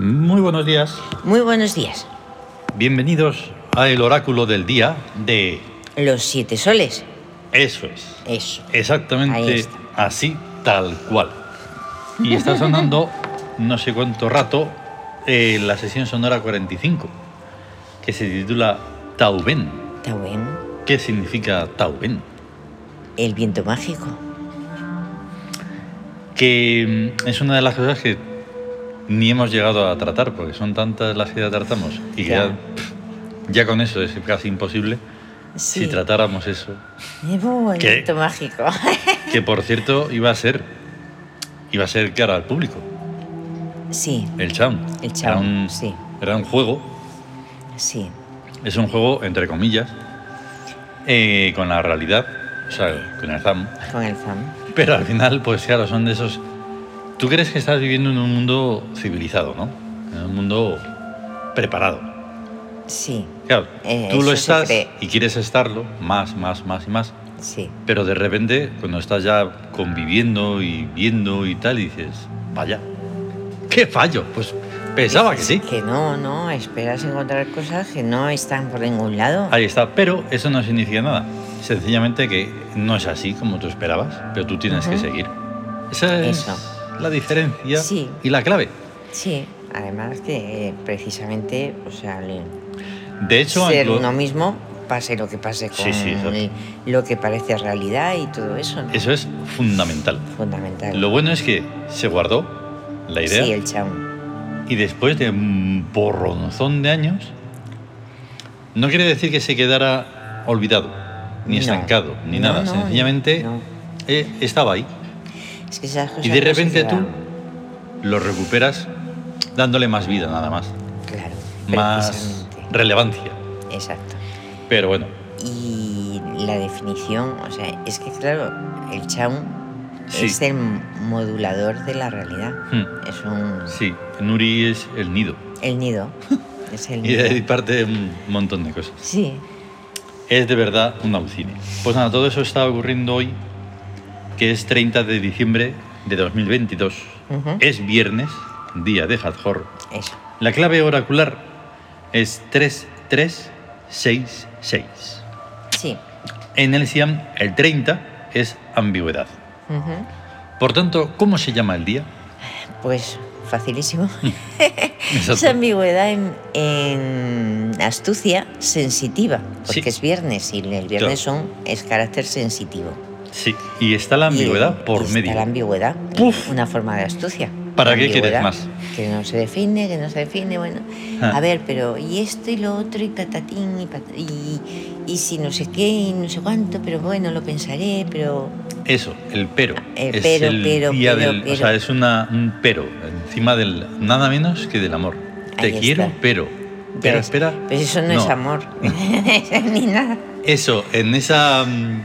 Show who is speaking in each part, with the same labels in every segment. Speaker 1: buenos días.
Speaker 2: Muy buenos días.
Speaker 1: Bienvenidos a el oráculo del día de...
Speaker 2: Los siete soles.
Speaker 1: Eso es.
Speaker 2: Eso. Ahí
Speaker 1: Exactamente
Speaker 2: está.
Speaker 1: así, tal cual. Y está sonando no sé cuánto rato eh, la sesión sonora 45, que se titula Tauben.
Speaker 2: Está bueno.
Speaker 1: ¿Qué significa Tauben?
Speaker 2: El viento mágico.
Speaker 1: Que mm, es una de las cosas que ni hemos llegado a tratar, porque son tantas las que ya tratamos. Y que
Speaker 2: Ya.
Speaker 1: ya, pff, ya con eso es casi imposible si tratáramos eso.
Speaker 2: Es muy
Speaker 1: ¿Qué?
Speaker 2: viento mágico.
Speaker 1: Que por cierto iba a ser, iba a ser cara al público,
Speaker 2: sí,
Speaker 1: el Sound.
Speaker 2: El
Speaker 1: Era
Speaker 2: Sound,
Speaker 1: un,
Speaker 2: sí.
Speaker 1: Era un juego,
Speaker 2: sí.
Speaker 1: es un juego entre comillas, eh, con la realidad, o sea, con el ZAM.
Speaker 2: Con el fan.
Speaker 1: Pero al final, pues claro, son de esos... Tú crees que estás viviendo en un mundo civilizado, ¿no? En un mundo preparado.
Speaker 2: Sí,
Speaker 1: Claro,
Speaker 2: Eh,
Speaker 1: tú lo
Speaker 2: eso se
Speaker 1: estás
Speaker 2: cree.
Speaker 1: y quieres estarlo más, más, más y más.
Speaker 2: sí.
Speaker 1: Pero de repente, cuando estás ya conviviendo y viendo y tal, y dices, vaya, ¿qué fallo? Pues pensaba que sí.
Speaker 2: Que no, no, esperas encontrar cosas que no están por ningún lado.
Speaker 1: Ahí está, pero eso no significa nada. Sencillamente que no es así como tú esperabas, pero tú tienes que
Speaker 2: Ujú.
Speaker 1: seguir. Esa es
Speaker 2: Eso.
Speaker 1: la diferencia
Speaker 2: Sí.
Speaker 1: y la clave.
Speaker 2: Sí, además que eh, precisamente, o sea, el
Speaker 1: De hecho,
Speaker 2: ser
Speaker 1: anglo-
Speaker 2: uno mismo, pase lo que pase con
Speaker 1: Sí, sí, exacto.
Speaker 2: el- lo que parece realidad y todo eso, ¿no?
Speaker 1: eso es fundamental.
Speaker 2: fundamental.
Speaker 1: Lo bueno es que se guardó la idea
Speaker 2: Sí, el chaun.
Speaker 1: y después de un borronzón de años, no quiere decir que se quedara olvidado, ni
Speaker 2: No.
Speaker 1: estancado, ni
Speaker 2: No,
Speaker 1: nada.
Speaker 2: no,
Speaker 1: Sencillamente
Speaker 2: no.
Speaker 1: eh, estaba ahí.
Speaker 2: Es que esas cosas
Speaker 1: Y
Speaker 2: no
Speaker 1: de
Speaker 2: se
Speaker 1: repente tú
Speaker 2: quedan.
Speaker 1: lo recuperas dándole más vida, nada más.
Speaker 2: Claro,
Speaker 1: Más
Speaker 2: precisamente.
Speaker 1: relevancia.
Speaker 2: Exacto.
Speaker 1: Pero bueno,
Speaker 2: Y la definición, o sea, es que claro, el chaun
Speaker 1: Sí.
Speaker 2: es el modulador de la realidad.
Speaker 1: Hmm.
Speaker 2: Es un...
Speaker 1: sí, Nuri es el nido.
Speaker 2: El nido. es el
Speaker 1: Y de ahí
Speaker 2: nido.
Speaker 1: parte un montón de cosas.
Speaker 2: Sí,
Speaker 1: Es de verdad un alucine. Pues nada, todo eso está ocurriendo hoy, que es 30 de diciembre de 2022.
Speaker 2: Ujú.
Speaker 1: Es viernes, día de Hathor.
Speaker 2: eso.
Speaker 1: La clave oracular es 3366.
Speaker 2: Sí.
Speaker 1: En el Siam, el 30 es ambigüedad.
Speaker 2: Ujú.
Speaker 1: Por tanto, ¿cómo se llama el día?
Speaker 2: Pues facilísimo. Esa
Speaker 1: Exacto.
Speaker 2: ambigüedad en, en astucia sensitiva, porque
Speaker 1: Sí.
Speaker 2: es viernes y el viernes son es carácter sensitivo.
Speaker 1: Sí, y está la ambigüedad
Speaker 2: Y- y
Speaker 1: por
Speaker 2: está
Speaker 1: medio.
Speaker 2: La ambigüedad,
Speaker 1: Puf.
Speaker 2: una forma de astucia.
Speaker 1: ¿Para
Speaker 2: La
Speaker 1: qué quieres
Speaker 2: ambigüedad
Speaker 1: más?
Speaker 2: Que no se define, que no se define, bueno.
Speaker 1: Ah.
Speaker 2: A ver, pero y esto y lo otro y patatín y, pat- y, y si no sé qué y no sé cuánto, pero bueno, lo pensaré, pero
Speaker 1: Eso, el pero.
Speaker 2: El Eh, pero, pero,
Speaker 1: día
Speaker 2: pero,
Speaker 1: del- O
Speaker 2: pero.
Speaker 1: sea, es una, un pero, encima del nada menos que del amor.
Speaker 2: Ahí
Speaker 1: Te
Speaker 2: está.
Speaker 1: quiero, pero. Pero
Speaker 2: Ya ves,
Speaker 1: espera.
Speaker 2: Pero eso no, es amor, ni nada.
Speaker 1: Eso, en esa. mm,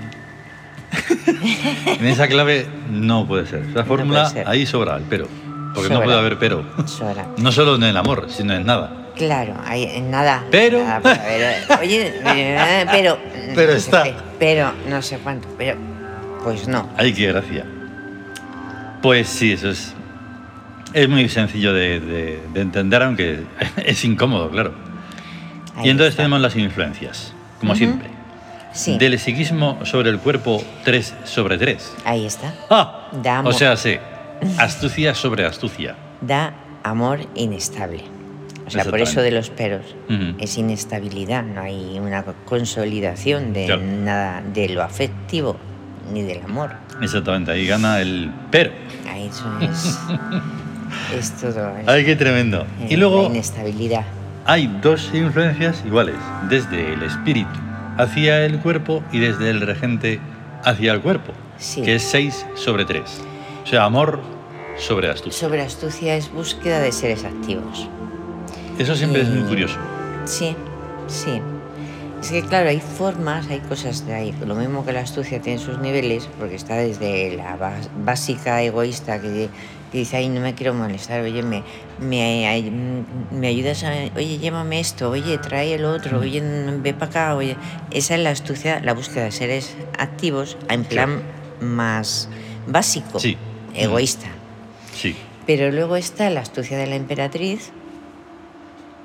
Speaker 1: en esa clave no puede ser. Esa
Speaker 2: No
Speaker 1: fórmula,
Speaker 2: puede ser.
Speaker 1: ahí sobra el pero. Porque no
Speaker 2: Sobra.
Speaker 1: puede haber pero.
Speaker 2: Sora.
Speaker 1: No solo en el amor, sino en nada.
Speaker 2: Claro, hay, en nada.
Speaker 1: Pero-
Speaker 2: Nada, pues, pero, oye, eh, pero.
Speaker 1: Pero
Speaker 2: no sé
Speaker 1: está.
Speaker 2: qué, pero no sé cuánto. Pero. Pues no.
Speaker 1: Ay, qué gracia. Pues sí, eso es. Es muy sencillo de, de- de entender, aunque es incómodo, claro.
Speaker 2: Ahí
Speaker 1: Y entonces
Speaker 2: está.
Speaker 1: tenemos las influencias, como
Speaker 2: Ujú.
Speaker 1: siempre.
Speaker 2: Sí.
Speaker 1: Del psiquismo sobre el cuerpo 3 sobre 3.
Speaker 2: Ahí está.
Speaker 1: ¡Ah!
Speaker 2: Damos.
Speaker 1: O sea, sí. Astucia sobre astucia.
Speaker 2: Da amor inestable. O sea, por
Speaker 1: Exactamente.
Speaker 2: eso de los peros.
Speaker 1: Ujú.
Speaker 2: Es inestabilidad, no hay una consolidación de
Speaker 1: Claro.
Speaker 2: nada de lo afectivo ni del amor.
Speaker 1: Exactamente, ahí gana el pero.
Speaker 2: Ahí eso es. es todo. es,
Speaker 1: ¡Ay, qué tremendo!
Speaker 2: eh,
Speaker 1: Y
Speaker 2: La
Speaker 1: luego
Speaker 2: inestabilidad.
Speaker 1: hay dos influencias iguales, desde el espíritu hacia el cuerpo y desde el regente hacia el cuerpo,
Speaker 2: Sí.
Speaker 1: que es 6 sobre 3. O sea, amor sobre astucia.
Speaker 2: Sobre astucia es búsqueda de seres activos.
Speaker 1: Eso siempre es muy
Speaker 2: Y-
Speaker 1: curioso.
Speaker 2: Sí, sí. Es que claro, hay formas, hay cosas de ahí. Lo mismo que la astucia tiene sus niveles, porque está desde la bas- básica egoísta que, que dice, ay, no me quiero molestar, oye, me, me, ay- me ayudas a... Oye, llévame esto, oye, trae el otro,
Speaker 1: Mm.
Speaker 2: oye, ve para acá, oye... Esa es la astucia, la búsqueda de seres activos en plan más básico,
Speaker 1: Sí. Mm.
Speaker 2: egoísta.
Speaker 1: Sí.
Speaker 2: Pero luego está la astucia de la emperatriz,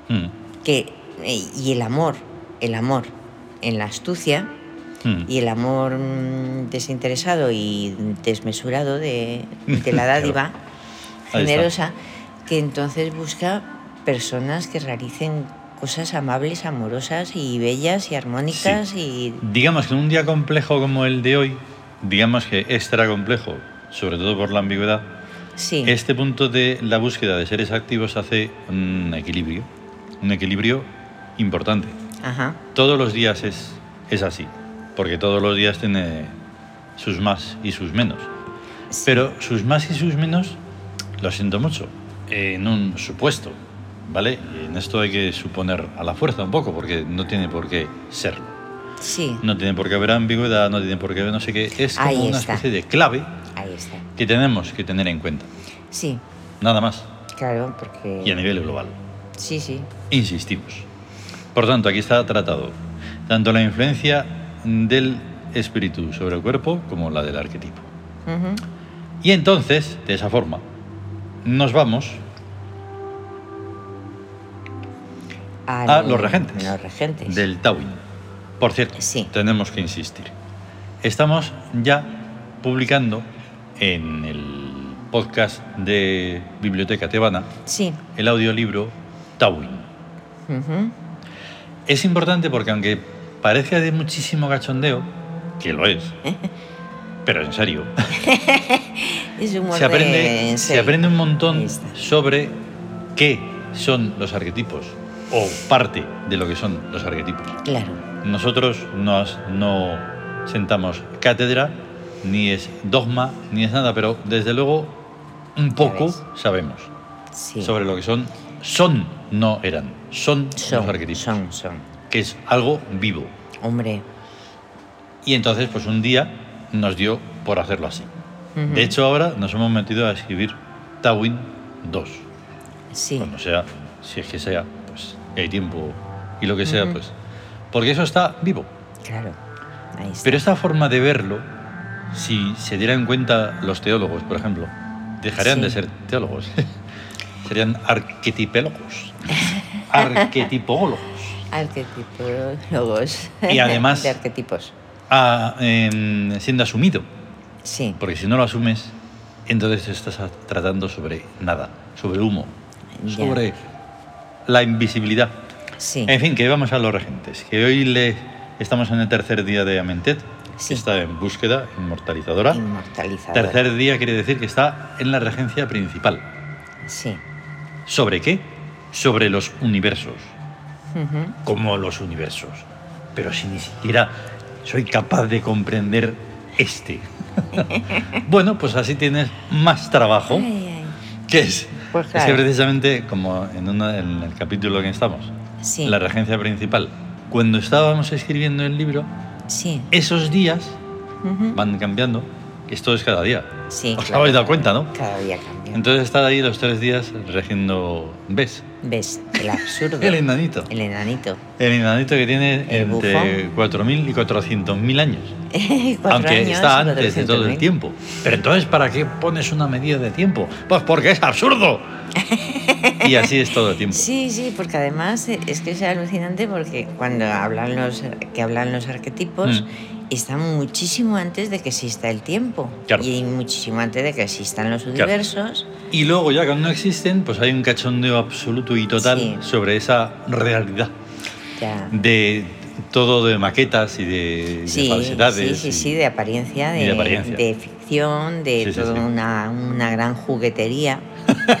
Speaker 1: Mm,
Speaker 2: que, eh, y el amor, el amor en la astucia
Speaker 1: mm.
Speaker 2: y el amor mm, desinteresado y desmesurado de, de la
Speaker 1: Claro.
Speaker 2: dádiva
Speaker 1: Ahí está.
Speaker 2: generosa, que entonces busca personas que realicen cosas amables, amorosas y bellas y armónicas
Speaker 1: Digamos que en un día complejo como el de hoy, digamos que este era complejo, sobre todo por la ambigüedad,
Speaker 2: y sí,
Speaker 1: este punto de la búsqueda de seres activos hace un equilibrio, un equilibrio importante.
Speaker 2: ajá,
Speaker 1: Todos los días es, es así, porque todos los días tiene sus más y sus menos.
Speaker 2: sí,
Speaker 1: Pero sus más y sus menos, lo siento mucho, en un supuesto, ¿vale? En esto hay que suponer a la fuerza un poco, porque no tiene por qué serlo.
Speaker 2: sí,
Speaker 1: No tiene por qué haber ambigüedad, no tiene por qué haber no sé qué. Es como
Speaker 2: Ahí
Speaker 1: una
Speaker 2: está.
Speaker 1: especie de clave
Speaker 2: ahí está,
Speaker 1: que tenemos que tener en cuenta.
Speaker 2: sí,
Speaker 1: Nada más.
Speaker 2: claro, porque
Speaker 1: Y a nivel global.
Speaker 2: sí, sí,
Speaker 1: Insistimos. Por tanto, aquí está tratado tanto la influencia del espíritu sobre el cuerpo como la del arquetipo.
Speaker 2: ujú,
Speaker 1: Y entonces, de esa forma, nos vamos a
Speaker 2: al-
Speaker 1: los regentes.
Speaker 2: los regentes,
Speaker 1: Del Tawin. Por cierto,
Speaker 2: Sí.
Speaker 1: tenemos que insistir. Estamos ya publicando en el podcast de Biblioteca Tebana
Speaker 2: sí,
Speaker 1: el audiolibro Tawin.
Speaker 2: ujú,
Speaker 1: Es importante porque aunque parezca de muchísimo cachondeo, que lo es, pero en serio,
Speaker 2: es humor
Speaker 1: se
Speaker 2: de-
Speaker 1: aprende,
Speaker 2: en
Speaker 1: se
Speaker 2: serio. Este.
Speaker 1: aprende un
Speaker 2: Ahí
Speaker 1: montón
Speaker 2: está.
Speaker 1: sobre qué son los arquetipos o parte de lo que son los arquetipos.
Speaker 2: claro,
Speaker 1: Nosotros nos- no sentamos cátedra, ni es dogma, ni es nada, pero desde luego un poco
Speaker 2: ves.
Speaker 1: sabemos
Speaker 2: sí,
Speaker 1: sobre lo que son. Son, no eran. Son, los
Speaker 2: son,
Speaker 1: arquetipos,
Speaker 2: son, son,
Speaker 1: que es algo vivo.
Speaker 2: hombre,
Speaker 1: Y entonces, pues un día nos dio por hacerlo así.
Speaker 2: ujú,
Speaker 1: De hecho, ahora nos hemos metido a escribir Tawin 2.
Speaker 2: sí,
Speaker 1: Cuando sea, si es que sea, pues que hay tiempo y lo que sea, pues. Porque eso está vivo.
Speaker 2: claro, ahí está,
Speaker 1: Pero esta forma de verlo, si se dieran cuenta los teólogos, por ejemplo, dejarían
Speaker 2: Sí.
Speaker 1: de ser teólogos. Serían arquetipélogos. arquetipólogos.
Speaker 2: arquetipólogos,
Speaker 1: Y además-
Speaker 2: de arquetipos,
Speaker 1: Ah, em, siendo asumido.
Speaker 2: sí,
Speaker 1: Porque si no lo asumes, entonces estás a- tratando sobre nada, sobre humo,
Speaker 2: Ya.
Speaker 1: sobre la invisibilidad.
Speaker 2: sí,
Speaker 1: En fin, que vamos a los regentes. Que hoy le, estamos en el tercer día de Amentet.
Speaker 2: Sí.
Speaker 1: Está en búsqueda, inmortalizadora.
Speaker 2: inmortalizador,
Speaker 1: Tercer día quiere decir que está en la regencia principal.
Speaker 2: sí,
Speaker 1: ¿Sobre qué? Sobre los universos.
Speaker 2: ujú,
Speaker 1: Como los universos. Pero si ni siquiera soy capaz de comprender este. bueno, pues así tienes más trabajo,
Speaker 2: Ay, ay,
Speaker 1: que es,
Speaker 2: Pues
Speaker 1: es
Speaker 2: claro.
Speaker 1: que precisamente como en, una- en el capítulo que estamos,
Speaker 2: sí,
Speaker 1: la regencia principal. Cuando estábamos escribiendo el libro,
Speaker 2: sí,
Speaker 1: esos días
Speaker 2: ujú,
Speaker 1: van cambiando. Esto es cada día.
Speaker 2: sí,
Speaker 1: Os
Speaker 2: claro,
Speaker 1: habéis dado cuenta, ¿no?
Speaker 2: cada día cambia,
Speaker 1: Entonces está ahí los tres días regiendo. ¿Ves?
Speaker 2: ves, el absurdo,
Speaker 1: El enanito.
Speaker 2: el enanito,
Speaker 1: El enanito que tiene
Speaker 2: El
Speaker 1: entre 4.000 y 400.000 años.
Speaker 2: Cuatro
Speaker 1: aunque
Speaker 2: años,
Speaker 1: está antes de todo
Speaker 2: 400.000.
Speaker 1: el tiempo. Pero entonces, ¿para qué pones una medida de tiempo? Pues porque es absurdo. y así es todo el tiempo.
Speaker 2: Sí, sí, porque además eh, es que es alucinante porque cuando hablan los que hablan los arquetipos
Speaker 1: Mm.
Speaker 2: están muchísimo antes de que exista el tiempo
Speaker 1: Claro.
Speaker 2: y muchísimo antes de que existan los universos.
Speaker 1: Y luego, ya cuando no existen, pues hay un cachondeo absoluto y total
Speaker 2: Sí.
Speaker 1: sobre esa realidad
Speaker 2: Ya.
Speaker 1: de todo de maquetas y de, de
Speaker 2: Sí, sí,
Speaker 1: falsedades.
Speaker 2: sí,
Speaker 1: y-
Speaker 2: sí, de apariencia,
Speaker 1: y
Speaker 2: de,
Speaker 1: de apariencia.
Speaker 2: de ficción, de
Speaker 1: Sí, sí,
Speaker 2: toda
Speaker 1: sí.
Speaker 2: Una, una gran juguetería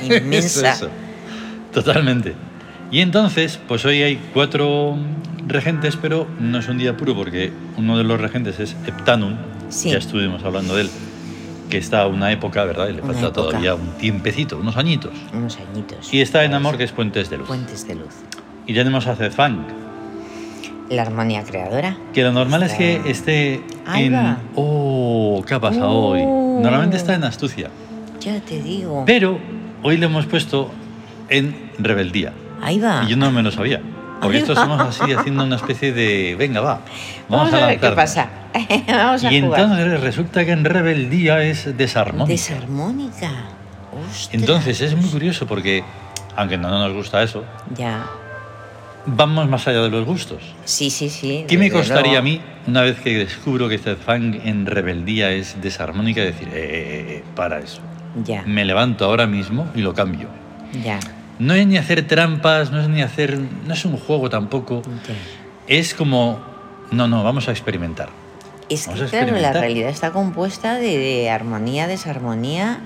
Speaker 1: Es
Speaker 2: inmensa.
Speaker 1: eso. Totalmente. Y entonces, pues hoy hay cuatro regentes, pero no es un día puro porque uno de los regentes es Heptanum.
Speaker 2: Sí.
Speaker 1: Ya estuvimos hablando de él, que está a una época, ¿verdad? Y le
Speaker 2: Una
Speaker 1: falta
Speaker 2: época.
Speaker 1: todavía un tiempecito, unos añitos.
Speaker 2: Unos añitos.
Speaker 1: Y está en Amor, que es Puentes de Luz.
Speaker 2: Puentes de luz.
Speaker 1: Y tenemos a Zefang,
Speaker 2: La armonía creadora.
Speaker 1: que lo normal es que
Speaker 2: Está-
Speaker 1: esté
Speaker 2: Ahí
Speaker 1: en...
Speaker 2: va.
Speaker 1: ¡Oh! ¿Qué ha pasado
Speaker 2: Oh.
Speaker 1: hoy? Normalmente está en Astucia,
Speaker 2: Ya te digo.
Speaker 1: pero hoy lo hemos puesto en Rebeldía.
Speaker 2: Ahí va.
Speaker 1: Y yo no me lo sabía. Porque esto somos así haciendo una especie de. Venga, va.
Speaker 2: Vamos, a, ver qué
Speaker 1: lanzarnos".
Speaker 2: pasa. Vamos a
Speaker 1: Y
Speaker 2: jugar.
Speaker 1: entonces resulta que en rebeldía es desarmónica.
Speaker 2: Desarmónica. Ostras.
Speaker 1: entonces es muy curioso porque, aunque no nos gusta eso,
Speaker 2: Ya.
Speaker 1: vamos más allá de los gustos.
Speaker 2: Sí, sí, sí.
Speaker 1: ¿Qué me
Speaker 2: desde
Speaker 1: costaría
Speaker 2: luego.
Speaker 1: a mí una vez que descubro que este funk en rebeldía es desarmónica decir, eh, eh, eh, para eso?
Speaker 2: Ya,
Speaker 1: Me levanto ahora mismo y lo cambio.
Speaker 2: ya,
Speaker 1: No es ni hacer trampas, no es ni hacer. No es un juego tampoco.
Speaker 2: ya.
Speaker 1: Es como. No, no, vamos a experimentar.
Speaker 2: Es que,
Speaker 1: Vamos a
Speaker 2: claro, la
Speaker 1: experimentar.
Speaker 2: realidad está compuesta de, de armonía, desarmonía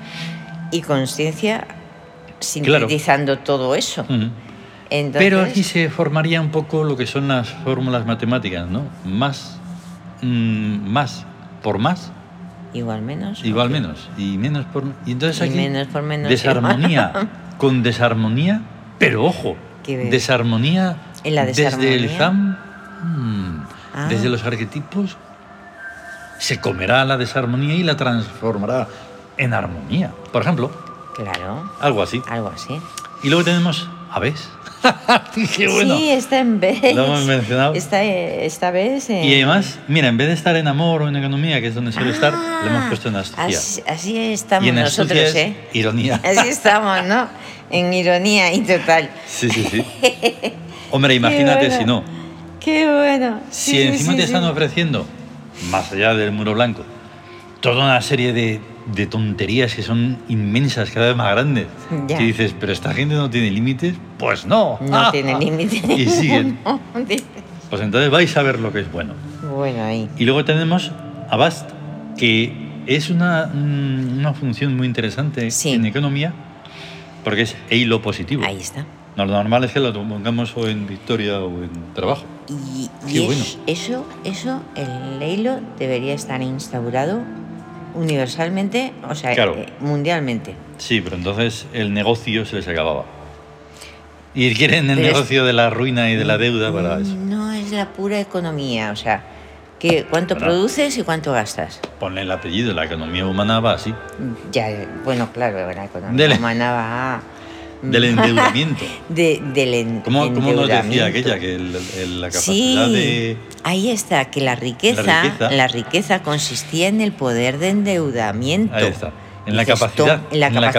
Speaker 2: y conciencia sintetizando todo eso.
Speaker 1: Ujú.
Speaker 2: Entonces,
Speaker 1: Mm. Pero aquí se formaría un poco lo que son las fórmulas matemáticas, ¿no? Más. mm, más por más,
Speaker 2: igual menos.
Speaker 1: igual menos. Y menos por. Y entonces
Speaker 2: Y
Speaker 1: aquí.
Speaker 2: menos por menos
Speaker 1: Desarmonía con desarmonía, pero ojo.
Speaker 2: Qué bien.
Speaker 1: Desarmonía,
Speaker 2: ¿En la
Speaker 1: desde el
Speaker 2: desarmonía?
Speaker 1: ZAM, mm,
Speaker 2: Ah.
Speaker 1: desde los arquetipos, se comerá la desarmonía y la transformará en armonía. Por ejemplo,
Speaker 2: Claro,
Speaker 1: algo así.
Speaker 2: algo así.
Speaker 1: Y luego tenemos aves. Qué bueno.
Speaker 2: Sí, está en vez.
Speaker 1: Lo hemos mencionado.
Speaker 2: Está, eh, esta vez. en-
Speaker 1: Y además, mira, en vez de estar en amor o en economía, que es donde suele estar,
Speaker 2: Ah,
Speaker 1: le hemos puesto en astucia.
Speaker 2: Así, así estamos
Speaker 1: y en
Speaker 2: nosotros,
Speaker 1: astucia es
Speaker 2: ¿eh?
Speaker 1: ironía.
Speaker 2: Así estamos, ¿no? En ironía y total.
Speaker 1: Sí, sí, sí. Hombre, imagínate
Speaker 2: bueno.
Speaker 1: si no.
Speaker 2: Qué bueno.
Speaker 1: Si
Speaker 2: Sí, sí,
Speaker 1: encima
Speaker 2: sí,
Speaker 1: te
Speaker 2: sí.
Speaker 1: están ofreciendo, más allá del muro blanco, toda una serie de, de tonterías que son inmensas, cada vez más grandes,
Speaker 2: Ya.
Speaker 1: que dices, pero esta gente no tiene límites, pues no.
Speaker 2: No tiene límite.
Speaker 1: Y siguen.
Speaker 2: ninguno.
Speaker 1: Pues entonces vais a ver lo que es bueno.
Speaker 2: bueno, ahí.
Speaker 1: Y luego tenemos Avast, que es una, mm, una función muy interesante
Speaker 2: Sí.
Speaker 1: en economía, porque es e hilo positivo.
Speaker 2: Ahí está.
Speaker 1: No, Lo normal es que lo pongamos o en victoria o en trabajo.
Speaker 2: Y, y
Speaker 1: Qué
Speaker 2: es-
Speaker 1: bueno.
Speaker 2: eso, eso, el hilo debería estar instaurado universalmente, o sea,
Speaker 1: Claro.
Speaker 2: eh, mundialmente.
Speaker 1: Sí, pero entonces el negocio se les acababa. Y quieren el
Speaker 2: Pero es- Mm.
Speaker 1: negocio de la ruina y de la deuda para eso.
Speaker 2: No es la pura economía, o sea, que cuánto
Speaker 1: Bueno.
Speaker 2: produces y cuánto gastas.
Speaker 1: Ponle el apellido, la economía humana va así.
Speaker 2: Ya, bueno, claro, la economía
Speaker 1: Dele.
Speaker 2: humana va a-
Speaker 1: Del endeudamiento.
Speaker 2: de, del en-
Speaker 1: ¿Cómo, cómo nos decía
Speaker 2: Mm. endeudamiento.
Speaker 1: aquella? Que el- el- la
Speaker 2: Sí,
Speaker 1: capacidad de...
Speaker 2: ahí está, que la riqueza, la riqueza,
Speaker 1: riqueza.
Speaker 2: consistía en el poder de endeudamiento.
Speaker 1: Ahí está. En la,
Speaker 2: Dices,
Speaker 1: capacidad,
Speaker 2: "Tom, en la capacidad.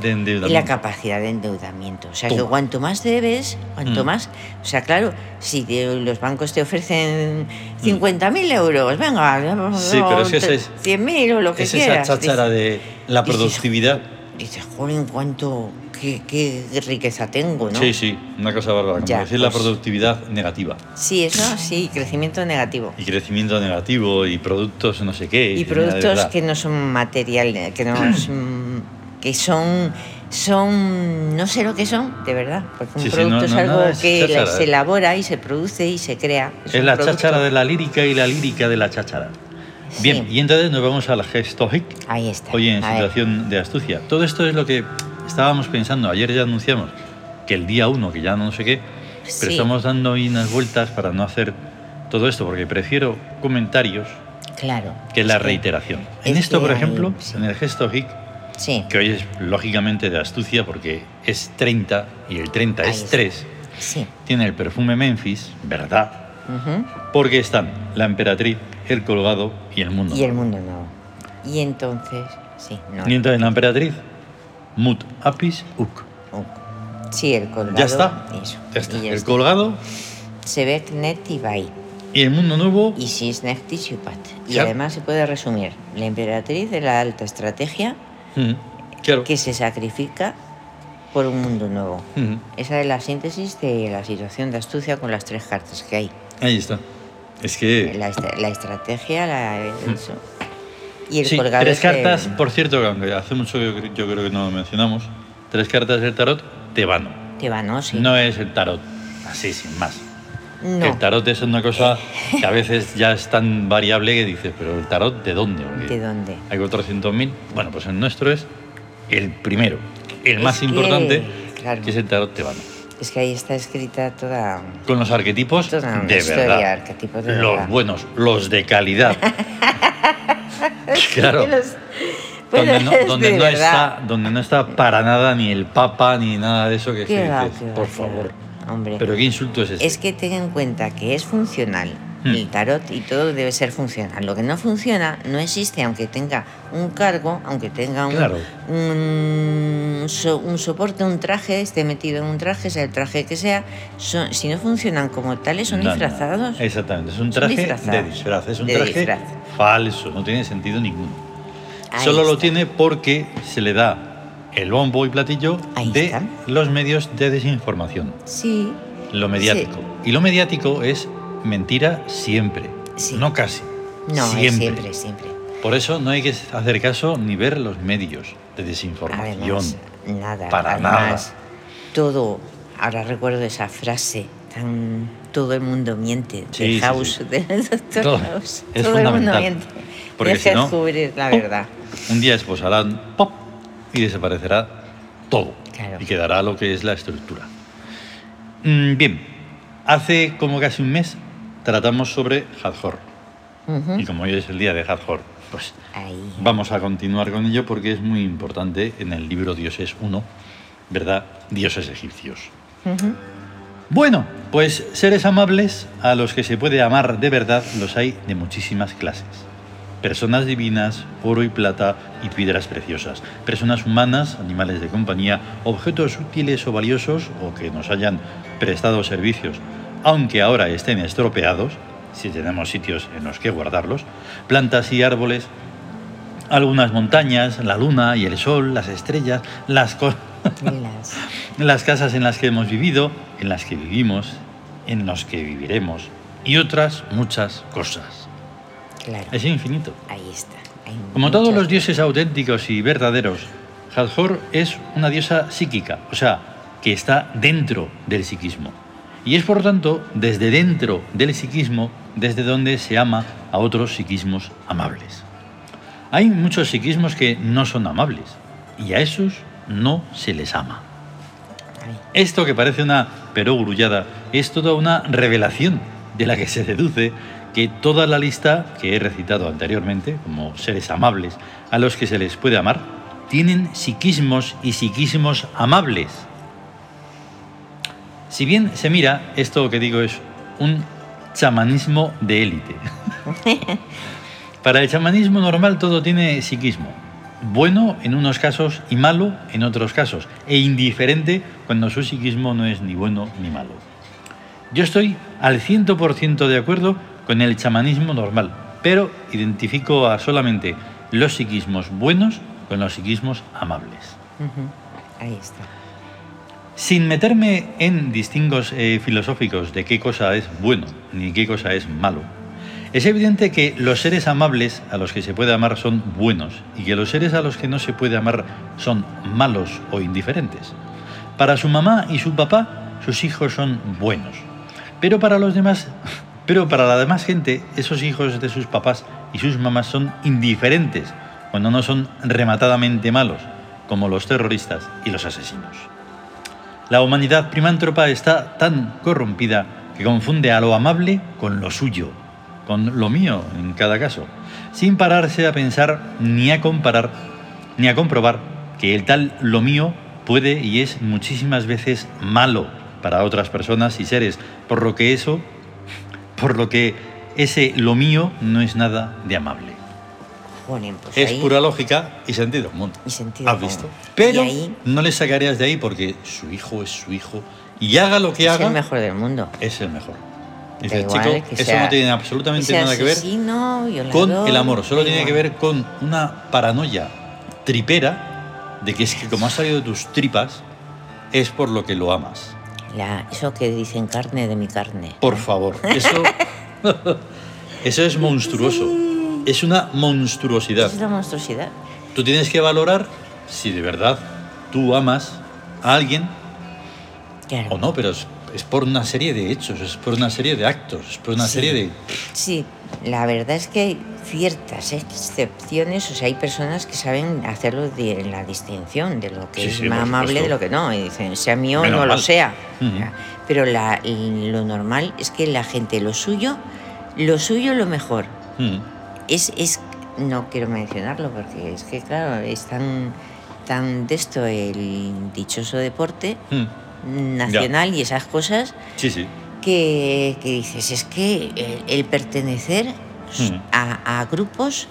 Speaker 1: de
Speaker 2: Y la
Speaker 1: endeudamiento.
Speaker 2: capacidad de endeudamiento. O sea,
Speaker 1: Toma.
Speaker 2: que cuanto más debes, cuanto
Speaker 1: Mm.
Speaker 2: más... O sea, claro, si te- los bancos te ofrecen 50.000 euros, venga,
Speaker 1: Mm. Sí, pero es que ese es-
Speaker 2: 100.000 o lo que
Speaker 1: es esa
Speaker 2: quieras.
Speaker 1: cháchara de la
Speaker 2: dices,
Speaker 1: productividad.
Speaker 2: Dices, jolín, cuánto... Qué, qué riqueza tengo, ¿no?
Speaker 1: Sí, sí, una cosa bárbara. Como
Speaker 2: Ya,
Speaker 1: decir la
Speaker 2: pues-
Speaker 1: productividad negativa.
Speaker 2: Sí, eso, sí, crecimiento negativo.
Speaker 1: Y crecimiento negativo y productos no sé qué.
Speaker 2: Y
Speaker 1: dices, mira, de
Speaker 2: productos
Speaker 1: verdad.
Speaker 2: que no son material, eh, que no son, que son, son, no sé lo que son, de verdad, porque un
Speaker 1: Sí, sí,
Speaker 2: producto
Speaker 1: no,
Speaker 2: es
Speaker 1: no,
Speaker 2: algo
Speaker 1: nada, es
Speaker 2: que la-
Speaker 1: cháchara. eh.
Speaker 2: se elabora y se produce y se crea.
Speaker 1: Es la
Speaker 2: cháchara
Speaker 1: cháchara de la lírica y la lírica de la cháchara.
Speaker 2: Sí.
Speaker 1: Bien, y entonces nos vamos a la gestoic,
Speaker 2: Ahí está.
Speaker 1: hoy en
Speaker 2: a ver.
Speaker 1: situación de astucia. Todo esto es lo que estábamos pensando, ayer ya anunciamos que el día 1, que ya no sé qué,
Speaker 2: Sí.
Speaker 1: pero estamos dando hoy unas vueltas para no hacer todo esto, porque prefiero comentarios
Speaker 2: Claro.
Speaker 1: que la
Speaker 2: Es
Speaker 1: reiteración.
Speaker 2: es
Speaker 1: En esto,
Speaker 2: que
Speaker 1: por
Speaker 2: ahí,
Speaker 1: ejemplo,
Speaker 2: sí.
Speaker 1: en el gestoic,
Speaker 2: Sí,
Speaker 1: que hoy es lógicamente de astucia porque es 30 y el 30
Speaker 2: Ahí
Speaker 1: es
Speaker 2: está.
Speaker 1: 3,
Speaker 2: sí.
Speaker 1: tiene el perfume Memphis, ¿verdad?
Speaker 2: ujú.
Speaker 1: Porque están la emperatriz, el colgado y el mundo.
Speaker 2: Y el mundo nuevo. Y entonces, sí, no.
Speaker 1: Y entonces la emperatriz, mut apis uc.
Speaker 2: oh, Sí, el colgado.
Speaker 1: Ya está.
Speaker 2: Eso.
Speaker 1: Ya está.
Speaker 2: y ya
Speaker 1: el
Speaker 2: está.
Speaker 1: colgado
Speaker 2: Se ve Knet y Bai.
Speaker 1: y el mundo nuevo.
Speaker 2: y Sisnefti Chupat. Y
Speaker 1: Claro.
Speaker 2: además se puede resumir, la emperatriz de la alta estrategia
Speaker 1: Mm, claro.
Speaker 2: que se sacrifica por un mundo nuevo.
Speaker 1: Mm,
Speaker 2: Esa es la síntesis de la situación de astucia con las tres cartas que hay.
Speaker 1: ahí está. Es que.
Speaker 2: La, est- la estrategia, la... eso. Y el
Speaker 1: sí,
Speaker 2: colgado
Speaker 1: tres
Speaker 2: es el-
Speaker 1: cartas, por cierto, que aunque hace mucho yo, cre- yo creo que no lo mencionamos, tres cartas del tarot te van.
Speaker 2: Te va, ¿no? Sí.
Speaker 1: No es el tarot así, sin más.
Speaker 2: No.
Speaker 1: El tarot es una cosa que a veces ya es tan variable que dices, pero el tarot, ¿de dónde? Porque-
Speaker 2: ¿De dónde?
Speaker 1: Hay 400.000. Bueno, pues el nuestro es el primero, el
Speaker 2: Es
Speaker 1: más
Speaker 2: que,
Speaker 1: importante,
Speaker 2: claro.
Speaker 1: que es el tarot tebano.
Speaker 2: Es que ahí está escrita toda...
Speaker 1: Con los arquetipos
Speaker 2: Esto es una
Speaker 1: de
Speaker 2: historia,
Speaker 1: verdad.
Speaker 2: arquetipos de
Speaker 1: los
Speaker 2: verdad.
Speaker 1: buenos, los de calidad. claro.
Speaker 2: Los-
Speaker 1: Donde
Speaker 2: Pero
Speaker 1: no,
Speaker 2: es
Speaker 1: donde
Speaker 2: de
Speaker 1: no
Speaker 2: verdad.
Speaker 1: está, donde no está para nada ni el Papa ni nada de eso que
Speaker 2: Qué
Speaker 1: se
Speaker 2: va,
Speaker 1: dice,
Speaker 2: qué va,
Speaker 1: por
Speaker 2: qué
Speaker 1: favor.
Speaker 2: va. Hombre.
Speaker 1: Pero qué insulto es este. ese.
Speaker 2: Es que ten en cuenta que es funcional,
Speaker 1: Hmm.
Speaker 2: el tarot y todo debe ser funcional. Lo que no funciona no existe, aunque tenga un cargo, aunque tenga un,
Speaker 1: Claro.
Speaker 2: un, so- un soporte, un traje, esté metido en un traje, sea el traje que sea, son- si no funcionan como tales, son
Speaker 1: No, no,
Speaker 2: disfrazados.
Speaker 1: Exactamente, es un traje de
Speaker 2: disfrazados.
Speaker 1: disfraz, es un
Speaker 2: De
Speaker 1: traje
Speaker 2: disfraz.
Speaker 1: falso, no tiene sentido ninguno.
Speaker 2: Ahí
Speaker 1: Solo lo
Speaker 2: está.
Speaker 1: tiene porque se le da el bombo y platillo
Speaker 2: Ahí
Speaker 1: de
Speaker 2: está.
Speaker 1: los medios de desinformación,
Speaker 2: Sí,
Speaker 1: lo mediático. Y lo mediático es mentira siempre,
Speaker 2: Sí.
Speaker 1: no casi.
Speaker 2: no, es
Speaker 1: siempre.
Speaker 2: siempre, siempre.
Speaker 1: Por eso no hay que hacer caso ni ver los medios de desinformación.
Speaker 2: Además, nada,
Speaker 1: Para
Speaker 2: además, todo, ahora recuerdo esa frase tan todo el mundo miente
Speaker 1: Sí, sí,
Speaker 2: de House,
Speaker 1: sí.
Speaker 2: del doctor
Speaker 1: Todo-
Speaker 2: House.
Speaker 1: es
Speaker 2: todo el mundo
Speaker 1: fundamental,
Speaker 2: miente.
Speaker 1: porque
Speaker 2: Tienes
Speaker 1: si
Speaker 2: que
Speaker 1: no,
Speaker 2: descubrir la
Speaker 1: ¡pum!
Speaker 2: verdad.
Speaker 1: Un día esposarán pop y desaparecerá todo.
Speaker 2: Claro.
Speaker 1: Y quedará lo que es la estructura. Mm, bien, hace como casi un mes tratamos sobre Hadhor.
Speaker 2: Ujú.
Speaker 1: Y como hoy es el día de Hadhor, pues
Speaker 2: Ahí.
Speaker 1: vamos a continuar con ello porque es muy importante en el libro Dioses 1, ¿verdad? Dioses egipcios.
Speaker 2: Ujú.
Speaker 1: Bueno, pues seres amables a los que se puede amar de verdad los hay de muchísimas clases. Personas divinas, oro y plata y piedras preciosas. Personas humanas, animales de compañía, objetos útiles o valiosos o que nos hayan prestado servicios, aunque ahora estén estropeados, si tenemos sitios en los que guardarlos, plantas y árboles, algunas montañas, la luna y el sol, las estrellas, las cosas
Speaker 2: Las-
Speaker 1: las casas en las que hemos vivido, en las que vivimos, en los que viviremos y otras muchas cosas.
Speaker 2: claro,
Speaker 1: Es infinito.
Speaker 2: ahí está. Hay
Speaker 1: Como todos
Speaker 2: muchas-
Speaker 1: los dioses auténticos y verdaderos, Hathor es una diosa psíquica, o sea, que está dentro del psiquismo. Y es por tanto desde dentro del psiquismo desde donde se ama a otros psiquismos amables. Hay muchos psiquismos que no son amables y a esos no se les ama.
Speaker 2: Ahí.
Speaker 1: Esto que parece una perogrullada es toda una revelación de la que se deduce que toda la lista que he recitado anteriormente, como seres amables a los que se les puede amar, tienen psiquismos y psiquismos amables. Si bien se mira, esto que digo es un chamanismo de élite. Para el chamanismo normal todo tiene psiquismo. Bueno en unos casos y malo en otros casos. E indiferente cuando su psiquismo no es ni bueno ni malo. Yo estoy al 100% de acuerdo con el chamanismo normal, pero identifico a solamente los psiquismos buenos con los psiquismos amables.
Speaker 2: Ujú. Ahí está.
Speaker 1: Sin meterme en distingos eh, filosóficos de qué cosa es bueno ni qué cosa es malo, es evidente que los seres amables a los que se puede amar son buenos y que los seres a los que no se puede amar son malos o indiferentes. Para su mamá y su papá, sus hijos son buenos. Pero para los demás, pero para la demás gente, esos hijos de sus papás y sus mamás son indiferentes cuando no son rematadamente malos, como los terroristas y los asesinos. La humanidad primántropa está tan corrompida que confunde a lo amable con lo suyo, con lo mío en cada caso, sin pararse a pensar ni a comparar ni a comprobar que el tal lo mío puede y es muchísimas veces malo para otras personas y seres, por lo que eso, por lo que ese lo mío no es nada de amable.
Speaker 2: Bueno, pues
Speaker 1: Es
Speaker 2: ahí-
Speaker 1: pura lógica y sentido común.
Speaker 2: Y sentido
Speaker 1: Has
Speaker 2: común.
Speaker 1: visto. Pero
Speaker 2: Y ahí-
Speaker 1: no le sacarías de ahí porque su hijo es su hijo y haga lo que
Speaker 2: es
Speaker 1: haga,
Speaker 2: el mejor del mundo.
Speaker 1: es el mejor.
Speaker 2: Da
Speaker 1: Dice,
Speaker 2: igual
Speaker 1: chico,
Speaker 2: que
Speaker 1: eso
Speaker 2: sea-
Speaker 1: no tiene
Speaker 2: que
Speaker 1: absolutamente
Speaker 2: sea
Speaker 1: nada que ver
Speaker 2: asesino,
Speaker 1: con
Speaker 2: violador,
Speaker 1: el amor, solo
Speaker 2: da
Speaker 1: tiene que
Speaker 2: igual.
Speaker 1: ver con una paranoia tripera de que es que como ha salido de tus tripas, es por lo que lo amas.
Speaker 2: La- eso que dicen carne de mi carne.
Speaker 1: Por favor, eso, eso es monstruoso. Es una monstruosidad.
Speaker 2: Es una monstruosidad.
Speaker 1: Tú tienes que valorar si de verdad tú amas a alguien
Speaker 2: Claro.
Speaker 1: o no, pero es, es por una serie de hechos, es por una serie de actos, es por una
Speaker 2: Sí.
Speaker 1: serie de...
Speaker 2: Sí, la verdad es que hay ciertas excepciones, o sea, hay personas que saben hacerlo de la distinción de lo que
Speaker 1: Sí,
Speaker 2: es
Speaker 1: sí,
Speaker 2: más
Speaker 1: por
Speaker 2: amable de
Speaker 1: supuesto.
Speaker 2: lo que no. Y dicen, sea mío o
Speaker 1: Menos
Speaker 2: no lo
Speaker 1: mal.
Speaker 2: sea.
Speaker 1: Ujú.
Speaker 2: Pero la- lo normal es que la gente lo suyo, lo suyo lo mejor.
Speaker 1: Mm.
Speaker 2: Es, es, no quiero mencionarlo porque es que, claro, es tan, tan de esto el dichoso deporte
Speaker 1: Mm.
Speaker 2: nacional y esas cosas
Speaker 1: Sí, sí.
Speaker 2: que, que dices, es que el, el pertenecer
Speaker 1: Mm.
Speaker 2: a, a grupos,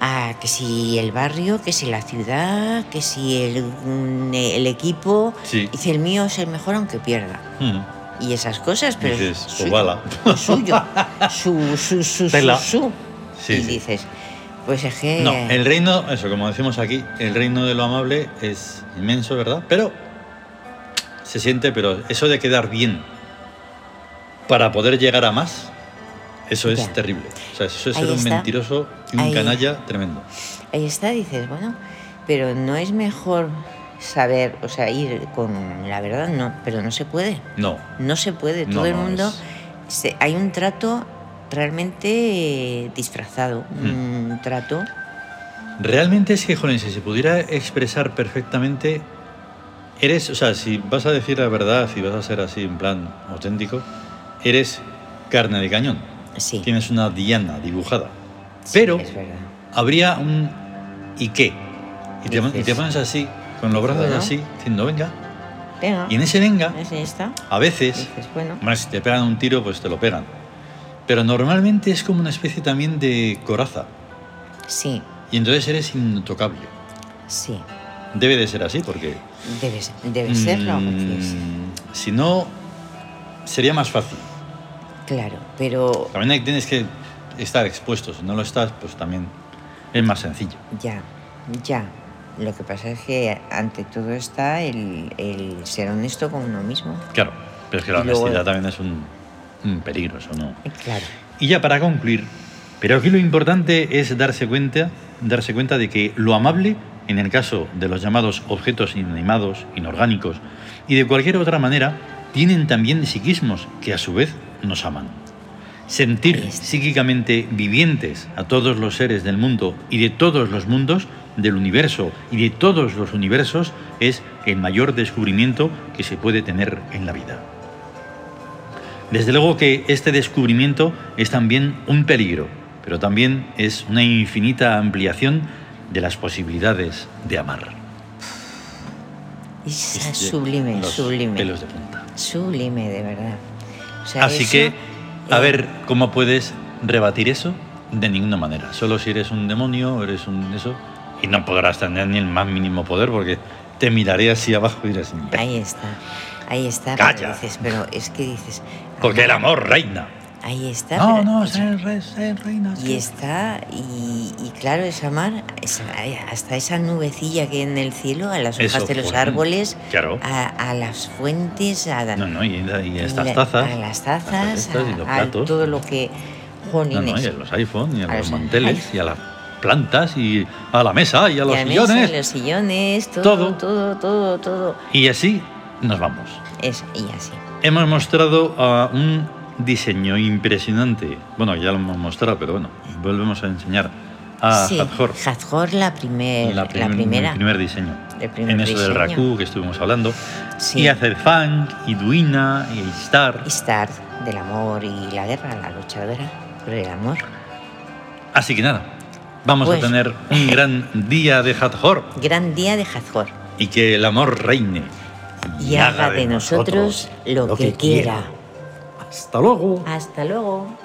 Speaker 2: a que si el barrio, que si la ciudad, que si el, mm, el equipo,
Speaker 1: Sí.
Speaker 2: dice el mío es el mejor aunque pierda.
Speaker 1: Mm.
Speaker 2: Y esas cosas, pero es
Speaker 1: Dices, pues
Speaker 2: suyo,
Speaker 1: bala.
Speaker 2: es suyo, su, su, su, su,
Speaker 1: Tela.
Speaker 2: su.
Speaker 1: Sí,
Speaker 2: y
Speaker 1: sí.
Speaker 2: dices, pues es que...
Speaker 1: No, el reino, eso como decimos aquí, el reino de lo amable es inmenso, ¿verdad? Pero se siente, pero eso de quedar bien para poder llegar a más, eso es
Speaker 2: Ya.
Speaker 1: terrible. O sea, eso es
Speaker 2: Ahí
Speaker 1: ser un
Speaker 2: está.
Speaker 1: mentiroso y un
Speaker 2: Ahí.
Speaker 1: canalla tremendo.
Speaker 2: Ahí está, dices, bueno, pero no es mejor saber, o sea, ir con la verdad, no, pero no se puede.
Speaker 1: No.
Speaker 2: No se puede,
Speaker 1: No,
Speaker 2: todo el
Speaker 1: no,
Speaker 2: mundo. se- hay un trato realmente eh, disfrazado,
Speaker 1: Mm.
Speaker 2: un trato.
Speaker 1: Realmente es que, joder, si se pudiera expresar perfectamente, eres, o sea, si vas a decir la verdad, si vas a ser así en plan auténtico, eres carne de cañón.
Speaker 2: Sí.
Speaker 1: Tienes una diana dibujada.
Speaker 2: sí,
Speaker 1: Pero
Speaker 2: Es verdad.
Speaker 1: habría un ¿y qué? Y te,
Speaker 2: Dices,
Speaker 1: y te pones así, con los brazos
Speaker 2: bueno.
Speaker 1: así, diciendo venga.
Speaker 2: Venga,
Speaker 1: Y en ese venga,
Speaker 2: es esta.
Speaker 1: a veces,
Speaker 2: Dices, bueno,
Speaker 1: hombre, si te pegan un tiro, pues te lo pegan. Pero normalmente es como una especie también de coraza.
Speaker 2: sí,
Speaker 1: Y entonces eres intocable.
Speaker 2: sí,
Speaker 1: Debe de ser así, porque.
Speaker 2: debe, ser- debe serlo.
Speaker 1: mm,
Speaker 2: porque es-
Speaker 1: si no, sería más fácil.
Speaker 2: claro, pero
Speaker 1: También hay- tienes que estar expuesto. Si no lo estás, pues también es más sencillo.
Speaker 2: Ya, ya. Lo que pasa es que ante todo está el, el ser honesto con uno mismo.
Speaker 1: Claro, pero es que la
Speaker 2: Y luego-
Speaker 1: honestidad también es un, un peligro, eso no.
Speaker 2: Eh, Claro.
Speaker 1: Y ya para concluir, pero aquí lo importante es darse cuenta, darse cuenta de que lo amable, en el caso de los llamados objetos inanimados, inorgánicos, y de cualquier otra manera, tienen también psiquismos que a su vez nos aman.
Speaker 2: Ahí
Speaker 1: Sentir
Speaker 2: está.
Speaker 1: psíquicamente vivientes a todos los seres del mundo y de todos los mundos, del universo y de todos los universos, es el mayor descubrimiento que se puede tener en la vida. Desde luego que este descubrimiento es también un peligro, pero también es una infinita ampliación de las posibilidades de amar.
Speaker 2: Esa
Speaker 1: Este,
Speaker 2: sublime,
Speaker 1: los
Speaker 2: sublime.
Speaker 1: Pelos de punta.
Speaker 2: Sublime, de verdad. O sea,
Speaker 1: Así
Speaker 2: eso,
Speaker 1: que, a
Speaker 2: eh,
Speaker 1: ver, ¿cómo puedes rebatir eso? De ninguna manera. Solo si eres un demonio, eres un eso, y no podrás tener ni el más mínimo poder porque te miraré así abajo y dirás,
Speaker 2: Ahí está. Ahí está.
Speaker 1: Calla.
Speaker 2: Pero, dices, pero es que dices.
Speaker 1: porque el amor reina.
Speaker 2: Ahí está.
Speaker 1: No,
Speaker 2: pero-
Speaker 1: no, ser, re- ser reina.
Speaker 2: Y
Speaker 1: sí.
Speaker 2: está, y, y claro, esa mar, esa- hasta esa nubecilla que hay en el cielo, a las hojas
Speaker 1: Eso,
Speaker 2: de los
Speaker 1: por-
Speaker 2: árboles,
Speaker 1: Claro.
Speaker 2: a, a las fuentes, a,
Speaker 1: No, no, y, y
Speaker 2: la-
Speaker 1: estas tazas.
Speaker 2: A las
Speaker 1: las
Speaker 2: tazas,
Speaker 1: estas y los
Speaker 2: a, a
Speaker 1: platos.
Speaker 2: todo lo que.
Speaker 1: No, no, y
Speaker 2: Jolines.
Speaker 1: a los iPhone, y a,
Speaker 2: A
Speaker 1: los
Speaker 2: los
Speaker 1: manteles,
Speaker 2: iPhone.
Speaker 1: y a las plantas, y a la mesa, y a los
Speaker 2: la mesa,
Speaker 1: sillones.
Speaker 2: los sillones, todo,
Speaker 1: Todo.
Speaker 2: todo, todo, todo.
Speaker 1: Y así nos vamos.
Speaker 2: Es, y así.
Speaker 1: Hemos mostrado ah, un diseño impresionante. Bueno, ya lo hemos mostrado, pero bueno, volvemos a enseñar a
Speaker 2: sí,
Speaker 1: Hathor,
Speaker 2: Hathor la, primer, la,
Speaker 1: Ah, prim-
Speaker 2: primera.
Speaker 1: el primer diseño.
Speaker 2: El primer
Speaker 1: en eso del
Speaker 2: diseño.
Speaker 1: Raku que estuvimos hablando.
Speaker 2: Sí.
Speaker 1: Y a Zerfang, y Duina, y Star.
Speaker 2: Istar del amor y la guerra, la luchadora por el amor.
Speaker 1: Así que nada, vamos
Speaker 2: Pues-
Speaker 1: a tener un gran día de Hathor.
Speaker 2: Gran día de Hathor.
Speaker 1: y que el amor reine
Speaker 2: Y haga de nosotros lo que quiera.
Speaker 1: Hasta luego.
Speaker 2: Hasta luego.